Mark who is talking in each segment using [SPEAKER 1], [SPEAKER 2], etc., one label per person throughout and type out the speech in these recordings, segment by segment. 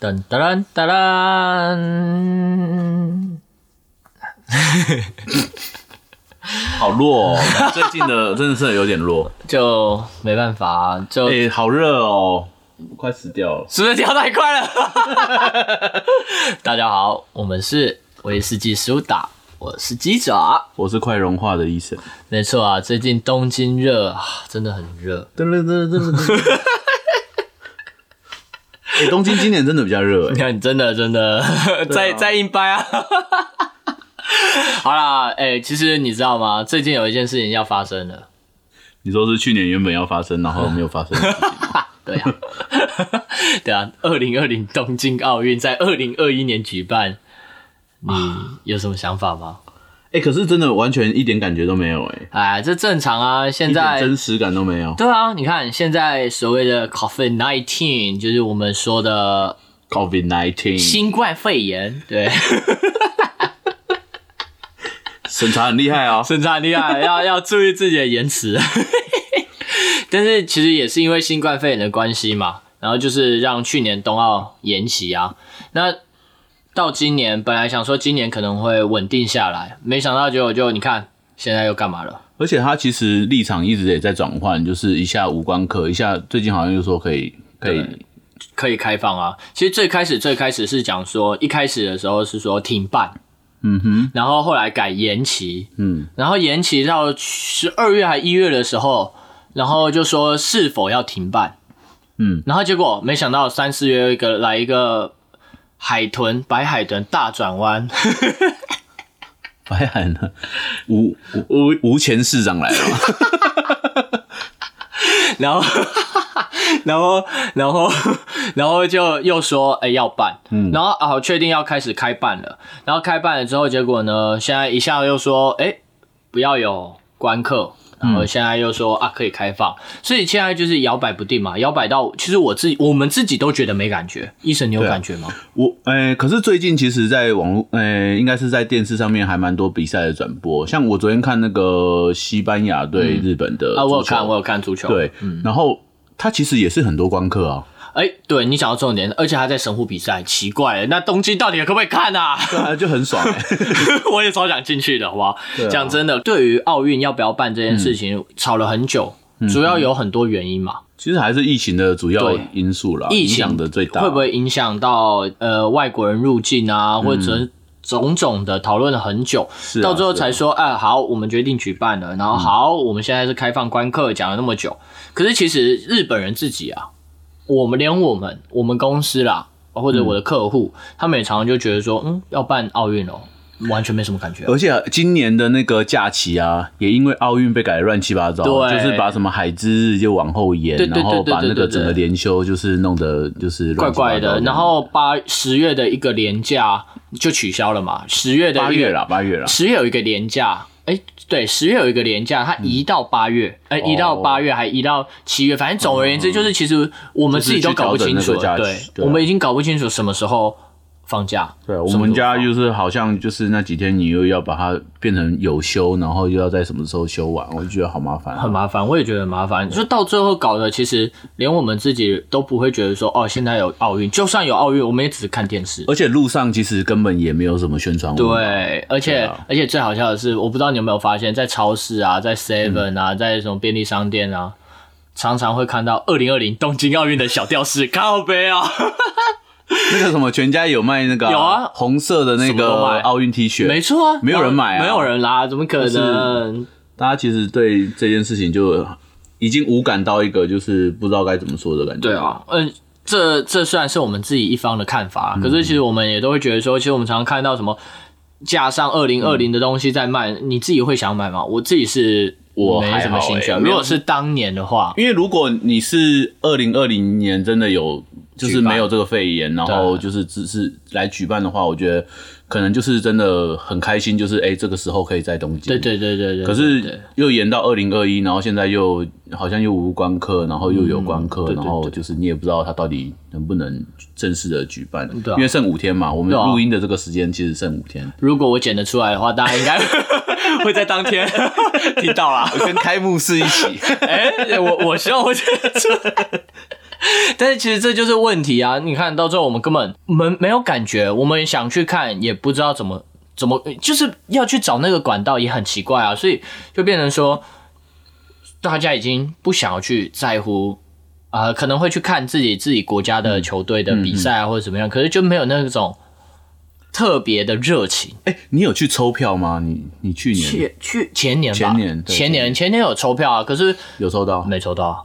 [SPEAKER 1] 噔噔噔噔噔，
[SPEAKER 2] 好弱、哦， 最近的真的是有点弱。
[SPEAKER 1] 就没办法啊，就、
[SPEAKER 2] 哎、好热哦，快死掉了。
[SPEAKER 1] 是不是跳太快了？ 大家好，我们是威士忌苏打，我是鸡爪。
[SPEAKER 2] 我是快融化的医生。
[SPEAKER 1] 没错啊，最近东京热啊，真的很热。
[SPEAKER 2] 噔噔噔噔噔。哎、东京今年真的比较热哎
[SPEAKER 1] 你。看，真的真的在在硬掰啊！ 好啦，哎、其实你知道吗？最近有一件事情要发生了。
[SPEAKER 2] 你说是去年原本要发生，然后没有发 生。
[SPEAKER 1] 对啊， 对啊，二零二零东京奥运在二零二一年举办，你有什么想法吗？
[SPEAKER 2] 哎、可是真的完全一点感觉都没有哎，
[SPEAKER 1] 哎，这正常啊，现
[SPEAKER 2] 一点
[SPEAKER 1] 在
[SPEAKER 2] 真实感都没有。
[SPEAKER 1] 对啊，你看现在所谓的 COVID nineteen，就是我们说的
[SPEAKER 2] COVID nineteen
[SPEAKER 1] 新冠肺炎，对，
[SPEAKER 2] 审查很厉害 哦。
[SPEAKER 1] 审查很厉害，要要注意自己的言辞。 但是其实也是因为新冠肺炎的关系嘛，然后就是让去年冬奥延期啊。那到今年本来想说今年可能会稳定下来，没想到结果就你看现在又干嘛了？
[SPEAKER 2] 而且他其实立场一直也在转换，就是一下无关课，一下最近好像又说可以可以，
[SPEAKER 1] 可以开放啊。其实最开始最开始是讲说，一开始的时候是说停办，
[SPEAKER 2] 嗯哼，
[SPEAKER 1] 然后后来改延期，
[SPEAKER 2] 嗯，
[SPEAKER 1] 然后延期到十二月还一月的时候，然后就说是否要停办，
[SPEAKER 2] 嗯，
[SPEAKER 1] 然后结果没想到三四月又一个来一个海豚白海豚大转弯，
[SPEAKER 2] 白海呢，吴吴吴前市长来 了嘛，
[SPEAKER 1] 然后 然后然后 然后就又说哎、要办，嗯，然后啊确定要开始开办了，然后开办了之后，结果呢现在一下又说哎、不要有观课。然后现在又说、啊可以开放，所以现在就是摇摆不定嘛，摇摆到其实我自己我们自己都觉得没感觉，医生你有
[SPEAKER 2] 对啊
[SPEAKER 1] 感觉吗？
[SPEAKER 2] 我诶、哎可是最近其实，在网络诶、应该是在电视上面还蛮多比赛的转播，像我昨天看那个西班牙对日本的、
[SPEAKER 1] 啊我有看我有看嗯足球，
[SPEAKER 2] 对，然后他其实也是很多观课啊，
[SPEAKER 1] 哎，对你讲到重点，而且还在神户比赛，奇怪了，那东京到底可不可以看啊？
[SPEAKER 2] 对啊，就很爽、欸，
[SPEAKER 1] 我也超想进去的，好不好？
[SPEAKER 2] 对啊嗯
[SPEAKER 1] 讲真的，对于奥运要不要办这件事情，吵了很久，主要有很多原因嘛，
[SPEAKER 2] 其实还是疫情的主要
[SPEAKER 1] 对
[SPEAKER 2] 因素啦，
[SPEAKER 1] 疫
[SPEAKER 2] 影
[SPEAKER 1] 情
[SPEAKER 2] 响的最大，
[SPEAKER 1] 会不会影响到呃外国人入境啊，或者种种的讨论了很久，
[SPEAKER 2] 嗯是啊
[SPEAKER 1] 到最后才
[SPEAKER 2] 是啊嗯
[SPEAKER 1] 说，哎、好，我们决定举办了，然后好，我们现在是开放观课，讲了那么久，可是其实日本人自己啊，我们连我们我们公司啦，或
[SPEAKER 2] 嗯
[SPEAKER 1] 者我的客户，他们也常常就觉得说，嗯，要办奥运哦，完全没什么感觉啊、
[SPEAKER 2] 而且今年的那个假期啊，也因为奥运被改得乱七八糟，
[SPEAKER 1] 对
[SPEAKER 2] 就是把什么海之日就往后延，
[SPEAKER 1] 对对对
[SPEAKER 2] 然后把那
[SPEAKER 1] 对对
[SPEAKER 2] 个
[SPEAKER 1] 对
[SPEAKER 2] 整个连休就是弄得就是
[SPEAKER 1] 怪
[SPEAKER 2] 乱七八糟
[SPEAKER 1] 怪的，
[SPEAKER 2] 这样
[SPEAKER 1] 然后八十月的一个连假就取消了嘛，十月的
[SPEAKER 2] 八
[SPEAKER 1] 一个
[SPEAKER 2] 月啦，八月啦，
[SPEAKER 1] 十月有一个连假，哎、对，十月有一个连假，它移到八月，
[SPEAKER 2] 嗯
[SPEAKER 1] 哎、移
[SPEAKER 2] 哦
[SPEAKER 1] 到八月还移到七月，反正总而言之就是，其实我们自己都搞不清楚
[SPEAKER 2] 就是去
[SPEAKER 1] 了，
[SPEAKER 2] 调整那个
[SPEAKER 1] 对
[SPEAKER 2] 假期，对啊
[SPEAKER 1] 我们已经搞不清楚什么时候放假。
[SPEAKER 2] 对，我
[SPEAKER 1] 什么时
[SPEAKER 2] 们
[SPEAKER 1] 候
[SPEAKER 2] 家
[SPEAKER 1] 放
[SPEAKER 2] 就是好像就是那几天，你又要把它变成有休，然后又要在什么时候休完，我就觉得好麻烦。
[SPEAKER 1] 很麻烦，我也觉得很麻烦。就到最后搞的，其实连我们自己都不会觉得说，哦，现在有奥运，就算有奥运，我们也只是看电视。
[SPEAKER 2] 而且路上其实根本也没有什么宣传物，
[SPEAKER 1] 对，而且、
[SPEAKER 2] 对啊
[SPEAKER 1] 而且最好笑的是，我不知道你有没有发现，在超市啊，在 Seven
[SPEAKER 2] 嗯
[SPEAKER 1] 啊，在什么便利商店啊，常常会看到二零二零东京奥运的小吊 饰，靠背啊，
[SPEAKER 2] 那个什么全家有卖那个、
[SPEAKER 1] 有啊
[SPEAKER 2] 红色的那
[SPEAKER 1] 什么都卖
[SPEAKER 2] 个奥运 T
[SPEAKER 1] 没
[SPEAKER 2] 恤，
[SPEAKER 1] 错啊，
[SPEAKER 2] 没有人买啊
[SPEAKER 1] 没有人啦、怎么可能？
[SPEAKER 2] 大家其实对这件事情就已经无感到一个就是不知道该怎么说的感觉。
[SPEAKER 1] 对啊，嗯。这这虽然是我们自己一方的看
[SPEAKER 2] 嗯
[SPEAKER 1] 法，啊可是其实我们也都会觉得说，其实我们常常看到什么架上二零二零的东西在卖，你自己会想买吗？我自己是
[SPEAKER 2] 我
[SPEAKER 1] 没
[SPEAKER 2] 还
[SPEAKER 1] 什么
[SPEAKER 2] 好
[SPEAKER 1] 兴趣、啊。
[SPEAKER 2] 欸
[SPEAKER 1] 如
[SPEAKER 2] 没
[SPEAKER 1] 果
[SPEAKER 2] 有
[SPEAKER 1] 是当年的话，
[SPEAKER 2] 因为如果你是二零二零年真的有，就是没有这个肺炎，然后就是只是来举办的话，我觉得可能就是真的很开心，就是哎、这个时候可以在东京。
[SPEAKER 1] 对。对对对对。
[SPEAKER 2] 可
[SPEAKER 1] 对对
[SPEAKER 2] 是又延到二零二一，然后现在又好像又无关课，然后又有关课，
[SPEAKER 1] 嗯对对
[SPEAKER 2] 然后就是你也不知道它到底能不能正式的举办，
[SPEAKER 1] 对啊
[SPEAKER 2] 因为剩五天嘛，我们
[SPEAKER 1] 对啊
[SPEAKER 2] 录音的这个时间其实剩五天，
[SPEAKER 1] 如果我剪得出来的话，大家应该 会在当天 听到啦。
[SPEAKER 2] 跟开幕式一起。
[SPEAKER 1] 哎、我我希望我剪得出来。但是其实这就是问题啊！你看到最后，我们根本没没有感觉，我们想去看也不知道怎么怎么，就是要去找那个管道也很奇怪啊，所以就变成说，大家已经不想要去在乎。啊、呃，可能会去看自己自己国家的球队的比赛啊，或者怎么样，可是就没有那种特别的热情。
[SPEAKER 2] 哎、你有去抽票吗？你你去年
[SPEAKER 1] 去去前年吧，
[SPEAKER 2] 前年对
[SPEAKER 1] 前年前年有抽票啊，可是
[SPEAKER 2] 有抽到？
[SPEAKER 1] 没抽到 啊。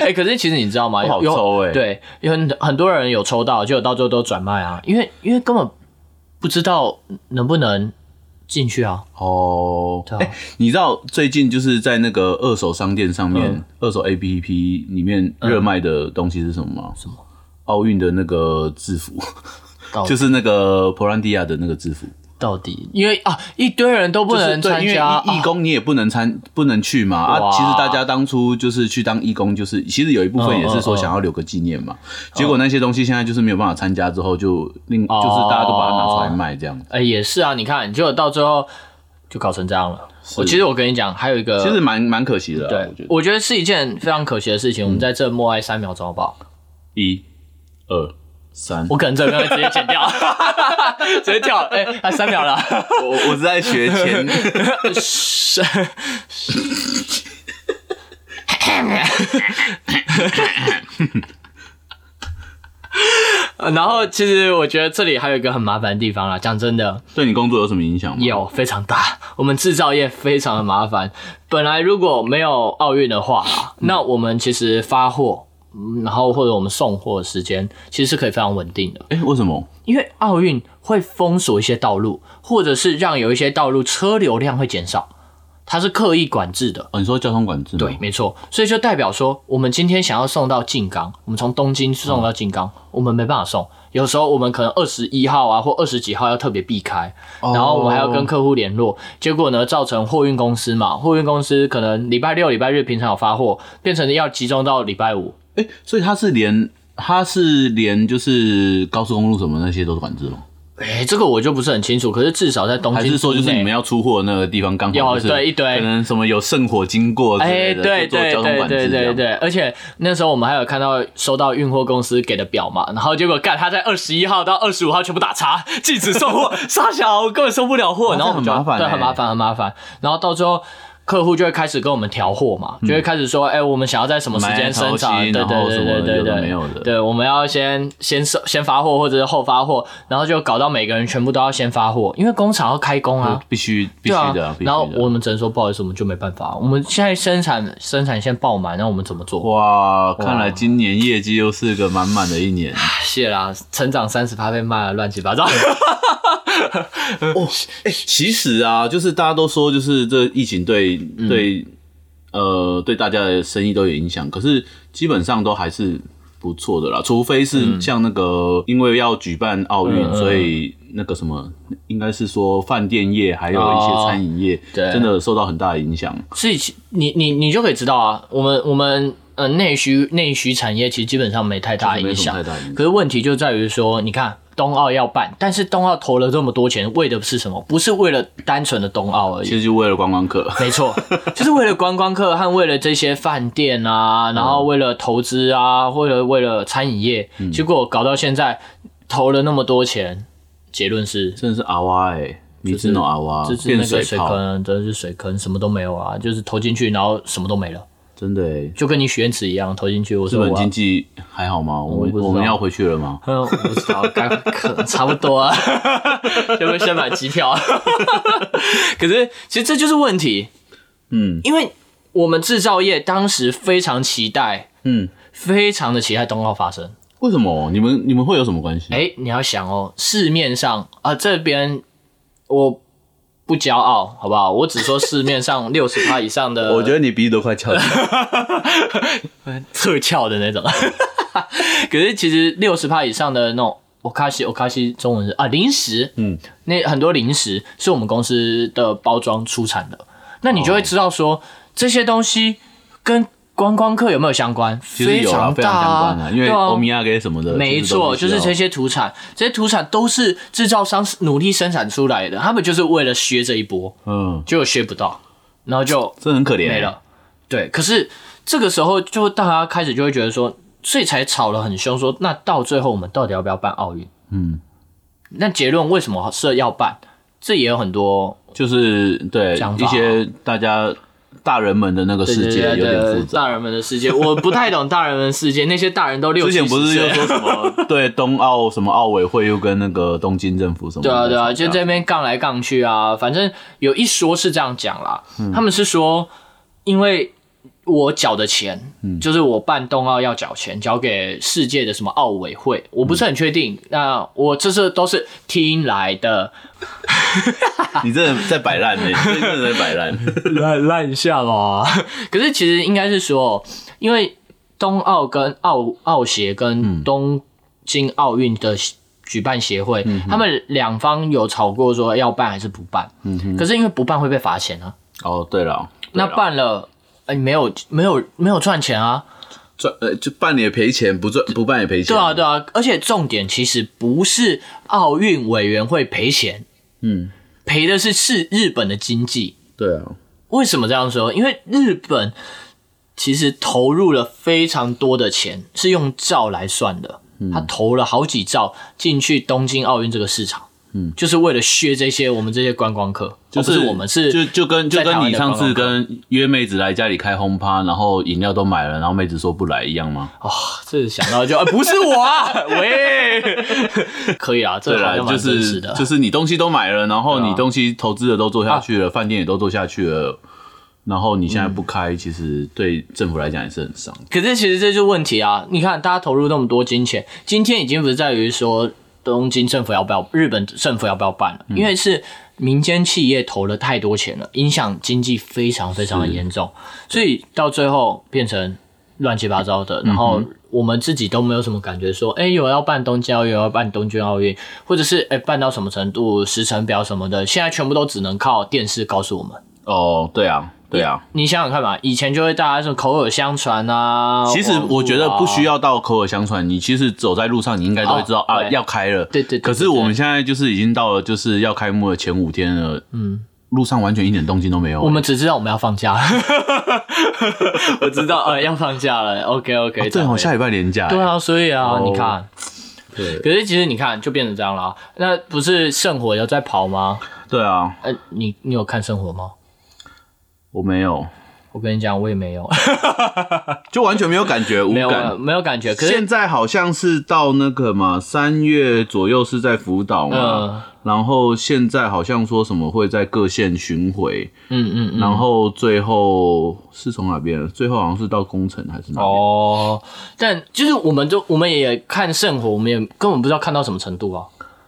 [SPEAKER 1] 哎、可是其实你知道吗？
[SPEAKER 2] 不好
[SPEAKER 1] 有
[SPEAKER 2] 抽欸
[SPEAKER 1] 对，有很很多人有抽到，结果到最后都转卖啊，因为因为根本不知道能不能进去啊。
[SPEAKER 2] 哦，
[SPEAKER 1] 对啊
[SPEAKER 2] 哎、你知道最近就是在那个二手商店上
[SPEAKER 1] 嗯
[SPEAKER 2] 面，二手 APP 里面热卖的东西是什么吗？什么？奥运的那个制服
[SPEAKER 1] 到，底
[SPEAKER 2] 就是那个普兰迪亚的那个制服，
[SPEAKER 1] 到底因为啊，一堆人都不能
[SPEAKER 2] 就是
[SPEAKER 1] 参
[SPEAKER 2] 对，因为
[SPEAKER 1] 加，
[SPEAKER 2] 义义
[SPEAKER 1] 啊
[SPEAKER 2] 工你也不能参，不能去嘛。
[SPEAKER 1] 哇
[SPEAKER 2] 啊，其实大家当初就是去当义工，就是其实有一部分也是
[SPEAKER 1] 嗯
[SPEAKER 2] 说想要留个纪念嘛。结果那些东西现在就是没有办法参加，之后就另
[SPEAKER 1] 哦
[SPEAKER 2] 就是大家都把它拿出来卖这样子，
[SPEAKER 1] 哎、也是啊，你看，结果到最后就搞成这样了。我其实我跟你讲，还有一个，
[SPEAKER 2] 其实蛮蛮可惜的啦。啊我觉
[SPEAKER 1] 对
[SPEAKER 2] 得，
[SPEAKER 1] 我觉得是一件非常可惜的事情。我们在这默哀三秒钟好不好？
[SPEAKER 2] 一、二、三，
[SPEAKER 1] 我可能这个直接剪掉，直接跳，哎、还三秒了，
[SPEAKER 2] 我我是在学前，
[SPEAKER 1] 是呃然后，其实我觉得这里还有一个很麻烦的地方啦。讲真的，
[SPEAKER 2] 对你工作有什么影响吗？
[SPEAKER 1] 有非常大，我们制造业非常的麻烦。本来如果没有奥运的话啊，那我们其实发货，嗯然后或者我们送货的时间，其实是可以非常稳定的。
[SPEAKER 2] 哎、为什么？
[SPEAKER 1] 因为奥运会封锁一些道路，或者是让有一些道路车流量会减少，它是刻意管制的。
[SPEAKER 2] 哦，你说交通管制吗？
[SPEAKER 1] 对，没错，所以就代表说，我们今天想要送到静冈，我们从东京送到静冈，我们没办法送。有时候我们可能二十一号啊，或二十几号要特别避开，
[SPEAKER 2] 哦，
[SPEAKER 1] 然后我们还要跟客户联络，结果呢，造成货运公司嘛，货运公司可能礼拜六、礼拜日平常有发货，变成要集中到礼拜五。
[SPEAKER 2] 哎、所以他是连他是连就是高速公路什么那些都是管制吗？
[SPEAKER 1] 哎，这个我就不是很清楚，可是至少在东京
[SPEAKER 2] 还是说就是
[SPEAKER 1] 境内
[SPEAKER 2] 你们要出货的那个地方刚好
[SPEAKER 1] 有
[SPEAKER 2] 就是
[SPEAKER 1] 对一堆
[SPEAKER 2] 可能什么有圣火经过之
[SPEAKER 1] 哎，
[SPEAKER 2] 类的，
[SPEAKER 1] 对
[SPEAKER 2] 就做
[SPEAKER 1] 对
[SPEAKER 2] 交通
[SPEAKER 1] 对
[SPEAKER 2] 管制
[SPEAKER 1] 对
[SPEAKER 2] 这
[SPEAKER 1] 对
[SPEAKER 2] 样。
[SPEAKER 1] 对，而且那时候我们还有看到收到运货公司给的表嘛，然后结果干他在二十一号到二十五号全部打叉，禁止送货， 傻小，我根本收不了货，
[SPEAKER 2] 哦
[SPEAKER 1] 然后我们就
[SPEAKER 2] 这很麻烦
[SPEAKER 1] 对，
[SPEAKER 2] 欸
[SPEAKER 1] 很麻烦很麻烦，然后到最后。客户就会开始跟我们调货嘛，就会开始说，哎、我们想要在什么时间生产？
[SPEAKER 2] 嗯买
[SPEAKER 1] 对对
[SPEAKER 2] 然后什
[SPEAKER 1] 对
[SPEAKER 2] 么
[SPEAKER 1] 对对
[SPEAKER 2] 有的
[SPEAKER 1] 对，
[SPEAKER 2] 没有的
[SPEAKER 1] 对，我们要先先收先发货，或者是后发货，然后就搞到每个人全部都要先发货，因为工厂要开工啊。
[SPEAKER 2] 必须必
[SPEAKER 1] 对
[SPEAKER 2] 须
[SPEAKER 1] 啊
[SPEAKER 2] 的，必须
[SPEAKER 1] 然后
[SPEAKER 2] 的。
[SPEAKER 1] 我们只能说不好意思，我们就没办法。我们现在生产生产线爆满，那我们怎么做？
[SPEAKER 2] 哇，看来今年业绩又是个满满的一年。
[SPEAKER 1] 谢啦，成长三十趴被骂的乱七八糟。
[SPEAKER 2] 哦，哎、其实啊，就是大家都说，就是这疫情对
[SPEAKER 1] 嗯
[SPEAKER 2] 对、呃对大家的生意都有影响，可是基本上都还是不错的啦，除非是像那个、因为要举办奥运，
[SPEAKER 1] 嗯嗯嗯
[SPEAKER 2] 所以那个什么，应该是说饭店业还有一
[SPEAKER 1] 哦
[SPEAKER 2] 些餐饮业、
[SPEAKER 1] 对
[SPEAKER 2] 真的受到很大的影响。
[SPEAKER 1] 所以其你你你就可以知道啊，我们我们呃内需内需产业其实基本上没太大
[SPEAKER 2] 没
[SPEAKER 1] 影
[SPEAKER 2] 什么
[SPEAKER 1] 响
[SPEAKER 2] 太，大影响。
[SPEAKER 1] 可是问题就在于说，你看冬奥要办，但是冬奥投了这么多钱，为的是什么？不是为了单纯的冬奥而已
[SPEAKER 2] 其。实就为了观光客，
[SPEAKER 1] 没错，就是为了观光客和为了这些饭店啊，然后为了投资啊，为了为了餐饮业，结果搞到现在投了那么多钱，结论是
[SPEAKER 2] 真的是阿哇哎、米芝诺阿哇
[SPEAKER 1] 这是那
[SPEAKER 2] 变
[SPEAKER 1] 个啊水
[SPEAKER 2] 泡，
[SPEAKER 1] 坑，真的是水坑，什么都没有啊，就是投进去然后什么都没了，
[SPEAKER 2] 真的、欸。
[SPEAKER 1] 就跟你许愿池一样，投进去我
[SPEAKER 2] 日
[SPEAKER 1] 说
[SPEAKER 2] 本
[SPEAKER 1] 我要
[SPEAKER 2] 经。济还好吗？我
[SPEAKER 1] 我
[SPEAKER 2] 们
[SPEAKER 1] 不知道
[SPEAKER 2] 我们要回去了吗？
[SPEAKER 1] 嗯，我不知道，该可能差不多 啊，要不要先买机票？ 可是其实这就是问题，
[SPEAKER 2] 嗯
[SPEAKER 1] 因为我们制造业当时非常期待
[SPEAKER 2] 嗯，
[SPEAKER 1] 非常的期待冬奥发生。
[SPEAKER 2] 为什么？你们你们会有什么关系？
[SPEAKER 1] 哎、你要想哦，市面上啊、这边我不骄傲，好不好？我只说市面上 六十趴以上的，
[SPEAKER 2] 我觉得你鼻子都快翘起 来。
[SPEAKER 1] 特效的那种。 可是其实六十趴以上的那种。我卡西，我卡西，中文是啊，零食，
[SPEAKER 2] 嗯，
[SPEAKER 1] 那很多零食是我们公司的包装出产的，那你就会知道说、这些东西跟观光客有没有相关，
[SPEAKER 2] 其实
[SPEAKER 1] 非
[SPEAKER 2] 有啊，
[SPEAKER 1] 常
[SPEAKER 2] 非
[SPEAKER 1] 大
[SPEAKER 2] 常相关
[SPEAKER 1] 啊
[SPEAKER 2] 啊，因为
[SPEAKER 1] 对啊
[SPEAKER 2] 欧米亚给什么的，
[SPEAKER 1] 没错，
[SPEAKER 2] 其
[SPEAKER 1] 就
[SPEAKER 2] 实都
[SPEAKER 1] 是这
[SPEAKER 2] 必须要
[SPEAKER 1] 些土产，这些土产都是制造商努力生产出来的，他们就是为了削这一波，
[SPEAKER 2] 嗯，
[SPEAKER 1] 结果削不到，然后就
[SPEAKER 2] 这很可怜，
[SPEAKER 1] 没了。对，可是这个时候就大家开始就会觉得说，所以才吵得很凶，说那到最后我们到底要不要办奥运？
[SPEAKER 2] 嗯，
[SPEAKER 1] 那结论为什么是要办？这也有很多
[SPEAKER 2] 就是对
[SPEAKER 1] 想法
[SPEAKER 2] 一些大家大人们的那个世界有点复杂。
[SPEAKER 1] 大人们的世界，我不太懂大人们的世界，那些大人都六
[SPEAKER 2] 之前
[SPEAKER 1] 七十
[SPEAKER 2] 不是
[SPEAKER 1] 岁
[SPEAKER 2] 又说什么 对冬奥什么奥委会又跟那个东京政府什么
[SPEAKER 1] 对啊，对啊，
[SPEAKER 2] 在吵
[SPEAKER 1] 就
[SPEAKER 2] 架
[SPEAKER 1] 这边杠来杠去啊，反正有一说是这样讲啦，
[SPEAKER 2] 嗯
[SPEAKER 1] 他们是说，因为我缴的钱，
[SPEAKER 2] 嗯
[SPEAKER 1] 就是我办冬奥要缴钱，缴给世界的什么奥委会，我不是很确定。那我这是都是听来的，
[SPEAKER 2] 你真的在摆烂呢，你真的在 摆烂。
[SPEAKER 1] 烂烂一下啊吧。 可是其实应该是说，因为冬奥跟奥奥协跟东京奥运的举办协会，他们两方有吵过说要办还是不办。可是因为不办会被罚钱啊，
[SPEAKER 2] 哦，对了，对
[SPEAKER 1] 那
[SPEAKER 2] 了
[SPEAKER 1] 办了。哎，没有，没有，没有赚钱啊！
[SPEAKER 2] 赚呃就办也赔钱，不赚不办也赔钱。
[SPEAKER 1] 对啊，对啊，而且重点其实不是奥运委员会赔钱，
[SPEAKER 2] 嗯，
[SPEAKER 1] 赔的是是日本的经济。
[SPEAKER 2] 对啊，
[SPEAKER 1] 为什么这样说？因为日本其实投入了非常多的钱，是用兆来算的，
[SPEAKER 2] 嗯
[SPEAKER 1] 他投了好几兆进去东京奥运这个市场，
[SPEAKER 2] 嗯
[SPEAKER 1] 就是为了削这些我们这些观光客，
[SPEAKER 2] 就
[SPEAKER 1] 哦不是我们是
[SPEAKER 2] 就就跟就
[SPEAKER 1] 在台
[SPEAKER 2] 跟
[SPEAKER 1] 湾
[SPEAKER 2] 你
[SPEAKER 1] 的
[SPEAKER 2] 上次
[SPEAKER 1] 观光
[SPEAKER 2] 跟约妹子来家里开轰趴，然后饮料都买了，然后妹子说不来一样吗？
[SPEAKER 1] 哦，这想到就、哎不是我啊， 喂，可以啊，这
[SPEAKER 2] 对
[SPEAKER 1] 好
[SPEAKER 2] 啦，
[SPEAKER 1] 像
[SPEAKER 2] 就
[SPEAKER 1] 蛮真
[SPEAKER 2] 是
[SPEAKER 1] 实的，啊
[SPEAKER 2] 就是你东西都买了，然后
[SPEAKER 1] 对啊
[SPEAKER 2] 你东西投资的都做下去了，饭店也都做下去了，然后你现在不开，其实对政府来讲也是很伤。
[SPEAKER 1] 可是其实这就是问题啊！你看，大家投入那么多金钱，今天已经不是在于说东京政府要不要、日本政府要不要办了，
[SPEAKER 2] 嗯
[SPEAKER 1] 因为是民间企业投了太多钱了，影响经济非常非常的严重，
[SPEAKER 2] 嗯
[SPEAKER 1] 所以到最后变成乱七八糟的。
[SPEAKER 2] 嗯
[SPEAKER 1] 然后我们自己都没有什么感觉说，哎、有要办东京奥运，有要办东京奥运，或者是哎、办到什么程度，时程表什么的，现在全部都只能靠电视告诉我们。
[SPEAKER 2] 哦，对啊，对啊。
[SPEAKER 1] 你想想看嘛，以前就会大家说口耳相传啊。
[SPEAKER 2] 其实我觉得不需
[SPEAKER 1] 要。
[SPEAKER 2] 要到口耳相传，你其实走在路上，你应该都会知道、
[SPEAKER 1] 哦
[SPEAKER 2] 啊
[SPEAKER 1] 对
[SPEAKER 2] 要开了。
[SPEAKER 1] 对对对
[SPEAKER 2] 可是我们现在就是已经到了就是要开幕的前五天了，嗯，路上完全一点动静都没有。
[SPEAKER 1] 我们只知道我们要放假了， 我知道呃要放假了。OK OK，、
[SPEAKER 2] 对哦，下礼拜连假。
[SPEAKER 1] 对啊，所以啊，
[SPEAKER 2] 哦
[SPEAKER 1] 你看，
[SPEAKER 2] 对
[SPEAKER 1] 可是其实你看就变成这样了。啊那不是圣火有在跑吗？
[SPEAKER 2] 对啊，
[SPEAKER 1] 呃，你你有看圣火吗？
[SPEAKER 2] 我没有，
[SPEAKER 1] 我跟你讲，我也没有，
[SPEAKER 2] 就完全没有感觉，无
[SPEAKER 1] 没有
[SPEAKER 2] 感。
[SPEAKER 1] 没有感觉。可是
[SPEAKER 2] 现在好像是到那个嘛，三月左右是在福岛
[SPEAKER 1] 嗯
[SPEAKER 2] 嘛，然后现在好像说什么会在各县巡回，
[SPEAKER 1] 嗯嗯嗯，
[SPEAKER 2] 然后最后是从哪边？最后好像是到工程还是哪边？
[SPEAKER 1] 哦，但就是我们都我们也看圣火，我们也根本不知道看到什么程度啊。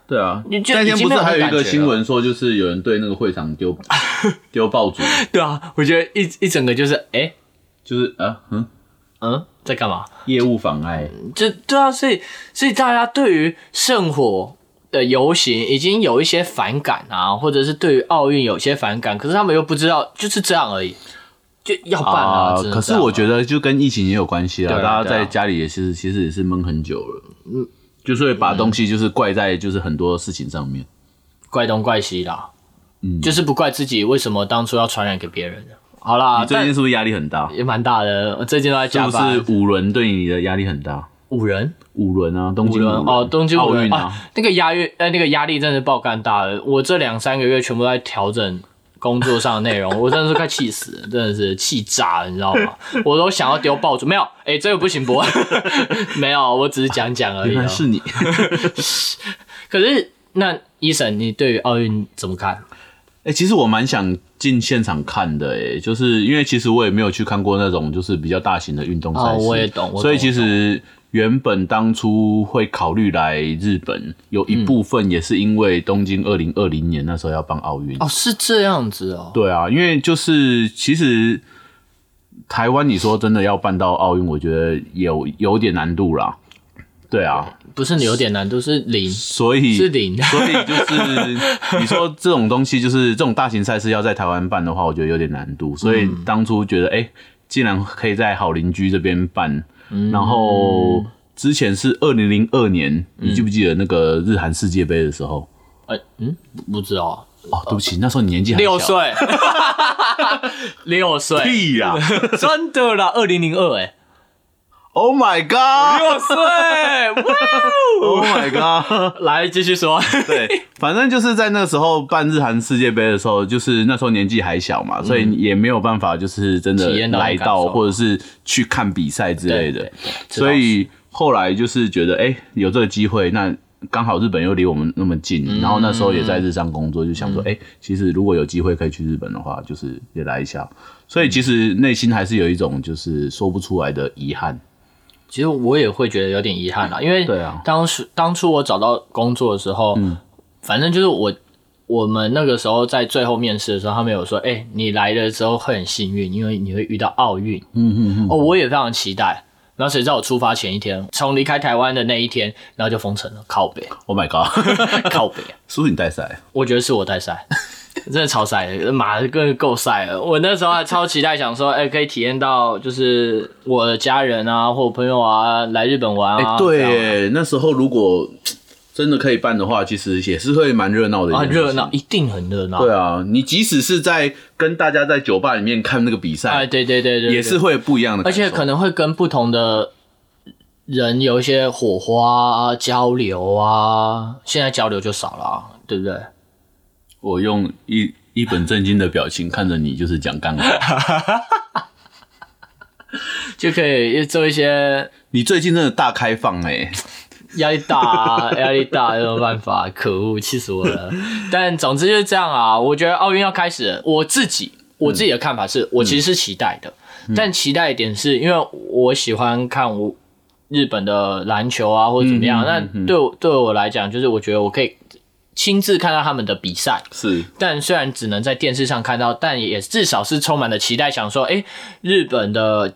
[SPEAKER 2] 对啊，
[SPEAKER 1] 你就
[SPEAKER 2] 那天
[SPEAKER 1] 已
[SPEAKER 2] 不
[SPEAKER 1] 经
[SPEAKER 2] 是
[SPEAKER 1] 没有
[SPEAKER 2] 还有一
[SPEAKER 1] 感觉
[SPEAKER 2] 个
[SPEAKER 1] 了
[SPEAKER 2] 新闻说，就是有人对那个会场丢 丢爆竹，
[SPEAKER 1] 对啊，我觉得一一整个就是哎、诶
[SPEAKER 2] 就是啊，嗯，
[SPEAKER 1] 嗯，在干嘛？
[SPEAKER 2] 业务妨碍，
[SPEAKER 1] 就对啊，所以所以大家对于圣火的游行已经有一些反感啊，或者是对于奥运有些反感，可是他们又不知道就是这样而已，就要办啊。只能
[SPEAKER 2] 可
[SPEAKER 1] 这
[SPEAKER 2] 是
[SPEAKER 1] 样啊
[SPEAKER 2] 我觉得就跟疫情也有关系啦，
[SPEAKER 1] 对啊
[SPEAKER 2] 大家
[SPEAKER 1] 对啊
[SPEAKER 2] 在家里也是其实也是闷很久了，嗯，就是会把东西就是怪在就是很多事情上面。
[SPEAKER 1] 怪东怪西啦，
[SPEAKER 2] 嗯
[SPEAKER 1] 就是不怪自己为什么当初要传染给别人。好啦
[SPEAKER 2] 你，啊最
[SPEAKER 1] 但
[SPEAKER 2] 近是不是压力很大？
[SPEAKER 1] 也蛮大的，我最近都在
[SPEAKER 2] 是
[SPEAKER 1] 加
[SPEAKER 2] 不
[SPEAKER 1] 班。
[SPEAKER 2] 是五轮对你的压力很大？
[SPEAKER 1] 五人？
[SPEAKER 2] 五轮啊，东京
[SPEAKER 1] 轮哦，东京
[SPEAKER 2] 奥
[SPEAKER 1] 五人
[SPEAKER 2] 运
[SPEAKER 1] 啊
[SPEAKER 2] 啊，，
[SPEAKER 1] 那个压力，呃，那个压力真是爆干大了。我这两三个月全部都在调整工作上的内容， 我真的是快气死了，真的是气炸了，你知道 吗？我都想要丢爆竹，没有，哎、这个不行，不， 没有，我只是讲讲而已、
[SPEAKER 2] 原
[SPEAKER 1] 啊
[SPEAKER 2] 来。是你。
[SPEAKER 1] 可是那医生，你对于奥运怎么看？
[SPEAKER 2] 哎、其实我蛮想进现场看的、欸，哎，就是因为其实我也没有去看过那种就是比较大型的运动赛
[SPEAKER 1] 哦
[SPEAKER 2] 事、
[SPEAKER 1] 我也懂我懂
[SPEAKER 2] 所以其实原本当初会考虑来日本，有一部分也是因为东京二零二零年那时候要办奥运。
[SPEAKER 1] 哦，是这样子哦，
[SPEAKER 2] 对啊，因为就是其实台湾，你说真的要办到奥运，我觉得有有点难度啦。对啊，
[SPEAKER 1] 不是有点难度，是零，
[SPEAKER 2] 所以
[SPEAKER 1] 是零。
[SPEAKER 2] 所以就是你说这种东西，就是这种大型赛事要在台湾办的话，我觉得有点难度。所以当初觉得，哎、既然可以在好邻居这边办，
[SPEAKER 1] 嗯
[SPEAKER 2] 然后之前是二零零二年，你记不记得那个日韩世界杯的时候？
[SPEAKER 1] 哎、嗯，不知道，
[SPEAKER 2] 哦，对不起，那时候你年纪还小
[SPEAKER 1] 六，岁， 六岁，
[SPEAKER 2] 屁呀、
[SPEAKER 1] 真的啦，二零零二，哎。
[SPEAKER 2] Oh my
[SPEAKER 1] 比
[SPEAKER 2] god！Oh
[SPEAKER 1] 我碎，哇哦！
[SPEAKER 2] my god！
[SPEAKER 1] 来继续说，
[SPEAKER 2] 对，反正就是在那时候办日韩世界杯的时候，就是那时候年纪还小嘛，所以也没有办法就是真的
[SPEAKER 1] 体验到那
[SPEAKER 2] 来
[SPEAKER 1] 个感
[SPEAKER 2] 到
[SPEAKER 1] 受
[SPEAKER 2] 或者是去看比赛之类
[SPEAKER 1] 对对
[SPEAKER 2] 的
[SPEAKER 1] 对，知道
[SPEAKER 2] 所以后来就是觉得哎、诶有这个机会，那刚好日本又离我们那么近，
[SPEAKER 1] 嗯
[SPEAKER 2] 然后那时候也在日商工作，就想说哎、诶其实如果有机会可以去日本的话，就是也来一下。所以其实内心还是有一种就是说不出来的遗憾，
[SPEAKER 1] 其实我也会觉得有点遗憾啦，因为
[SPEAKER 2] 对啊
[SPEAKER 1] 当时当初我找到工作的时候，反正就是我我们那个时候在最后面试的时候，他们有说，哎、你来的时候会很幸运，因为你会遇到奥运。嗯嗯嗯。哦，我也非常期待。然后谁知道我出发前一天，从离开台湾的那一天，然后就封城了，靠北，
[SPEAKER 2] Oh my god！
[SPEAKER 1] 靠 北。啊
[SPEAKER 2] 叔叔你带赛，
[SPEAKER 1] 我觉得是我带赛， 真的超赛的，妈的更够赛了。我那时候还超期待，想说，哎、可以体验到就是我的家人啊，或我朋友啊来日本玩
[SPEAKER 2] 哎、
[SPEAKER 1] 啊，
[SPEAKER 2] 对
[SPEAKER 1] 这样
[SPEAKER 2] 耶，那时候如果真的可以办的话，其实也是会蛮热闹的，
[SPEAKER 1] 啊，热闹。一定很热闹。
[SPEAKER 2] 对啊，你即使是在跟大家在酒吧里面看那个比
[SPEAKER 1] 哎，
[SPEAKER 2] 赛，
[SPEAKER 1] 对对对对，对
[SPEAKER 2] 也是，会不一样的
[SPEAKER 1] 而
[SPEAKER 2] 感受，
[SPEAKER 1] 且可能会跟不同的人有一些火花、啊、交流啊。现在交流就少了、啊，对不对？
[SPEAKER 2] 我用一一本正经的表情看着你，就是讲 干话。
[SPEAKER 1] 就可以做一些
[SPEAKER 2] 你最近真的大开放哎、
[SPEAKER 1] 压力大、啊，压力大，有什么办法？可恶，气死我了！但总之就是这样啊。我觉得奥运要开始了，我自己我自己的看法
[SPEAKER 2] 嗯
[SPEAKER 1] 是、我其实是期待的，但期待一点是因为我喜欢看我日本的篮球啊，或者怎么样。
[SPEAKER 2] 嗯
[SPEAKER 1] 那、
[SPEAKER 2] 嗯嗯
[SPEAKER 1] 对我对我来讲，就是我觉得我可以亲自看到他们的比赛，
[SPEAKER 2] 是
[SPEAKER 1] 但虽然只能在电视上看到，但也至少是充满了期待，想说，哎、日本的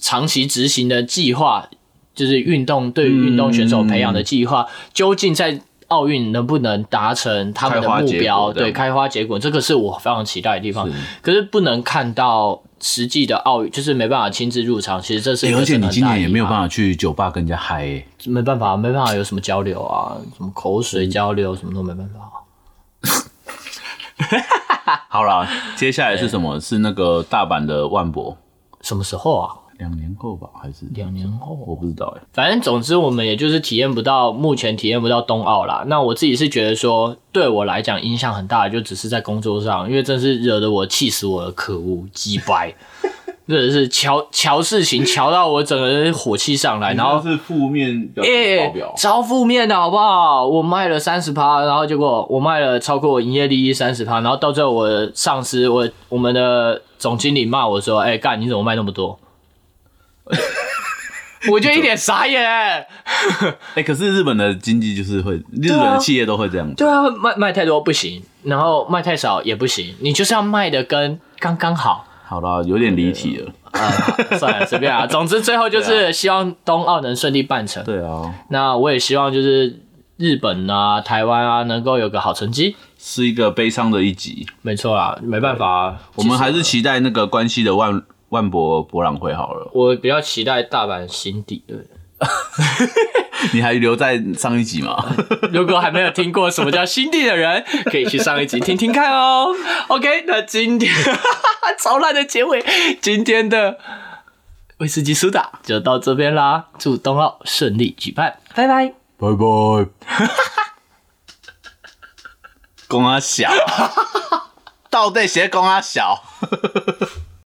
[SPEAKER 1] 长期执行的计划，就是运动对于运动选手培养的计划，究竟在奥运能不能达成他们的
[SPEAKER 2] 开花
[SPEAKER 1] 目
[SPEAKER 2] 结果
[SPEAKER 1] 标？
[SPEAKER 2] 这样
[SPEAKER 1] 对，开花结果，这个是我非常期待的地方。可是不能看到实际的奥运，就是没办法亲自入场，其实这是一
[SPEAKER 2] 欸
[SPEAKER 1] 个
[SPEAKER 2] 而且你今年也没有
[SPEAKER 1] 法，
[SPEAKER 2] 办法去酒吧跟人家嗨、欸，
[SPEAKER 1] 没办法，没办法有什么交流啊，什么口水交
[SPEAKER 2] 嗯
[SPEAKER 1] 流，什么都没办法。
[SPEAKER 2] 好啦，接下来是什么？是那个大阪的万博，
[SPEAKER 1] 什么时候啊？
[SPEAKER 2] 两年后吧，还是
[SPEAKER 1] 两年后。
[SPEAKER 2] 我不知道哎、
[SPEAKER 1] 反正总之，我们也就是体验不到，目前体验不到冬奥啦。那我自己是觉得说，对我来讲影响很大的，就只是在工作上，因为真是惹得我气死我了，可恶，鸡掰，真的是瞧瞧事情瞧到我整个人火气上来，然后
[SPEAKER 2] 是负面表
[SPEAKER 1] 哎、超负面的好不好？我卖了三十趴，然后结果我卖了超过我营业利益三十趴，然后到最后我的上司，我我们的总经理骂我说：“哎、干你怎么卖那么多？” 我就一脸傻眼、欸。
[SPEAKER 2] 哎、可是日本的经济就是会，日本的企业都会这样子。
[SPEAKER 1] 对啊，卖卖太多不行，然后卖太少也不行，你就是要卖的跟刚刚 好。
[SPEAKER 2] 好啦，有点离题了。
[SPEAKER 1] 啊、算了，随便啊。总之最后就是希望冬奥能顺利办成。
[SPEAKER 2] 对啊，
[SPEAKER 1] 那我也希望就是日本啊、台湾啊能够有个好成绩。
[SPEAKER 2] 是一个悲伤的一集。
[SPEAKER 1] 没错啦，没办法、啊，
[SPEAKER 2] 我们还是
[SPEAKER 1] 其实
[SPEAKER 2] 期待那个关西的万万博博览会好了。
[SPEAKER 1] 我比较期待大阪新地的。
[SPEAKER 2] 你还留在上一集吗？
[SPEAKER 1] 如果还没有听过什么叫新地的人，可以去上一集听听看哦。OK，那今天 超烂的结尾，今天的威士忌苏打就到这边啦。祝冬奥顺利举办，拜拜。
[SPEAKER 2] 拜拜。 公阿小，到底谁公阿小？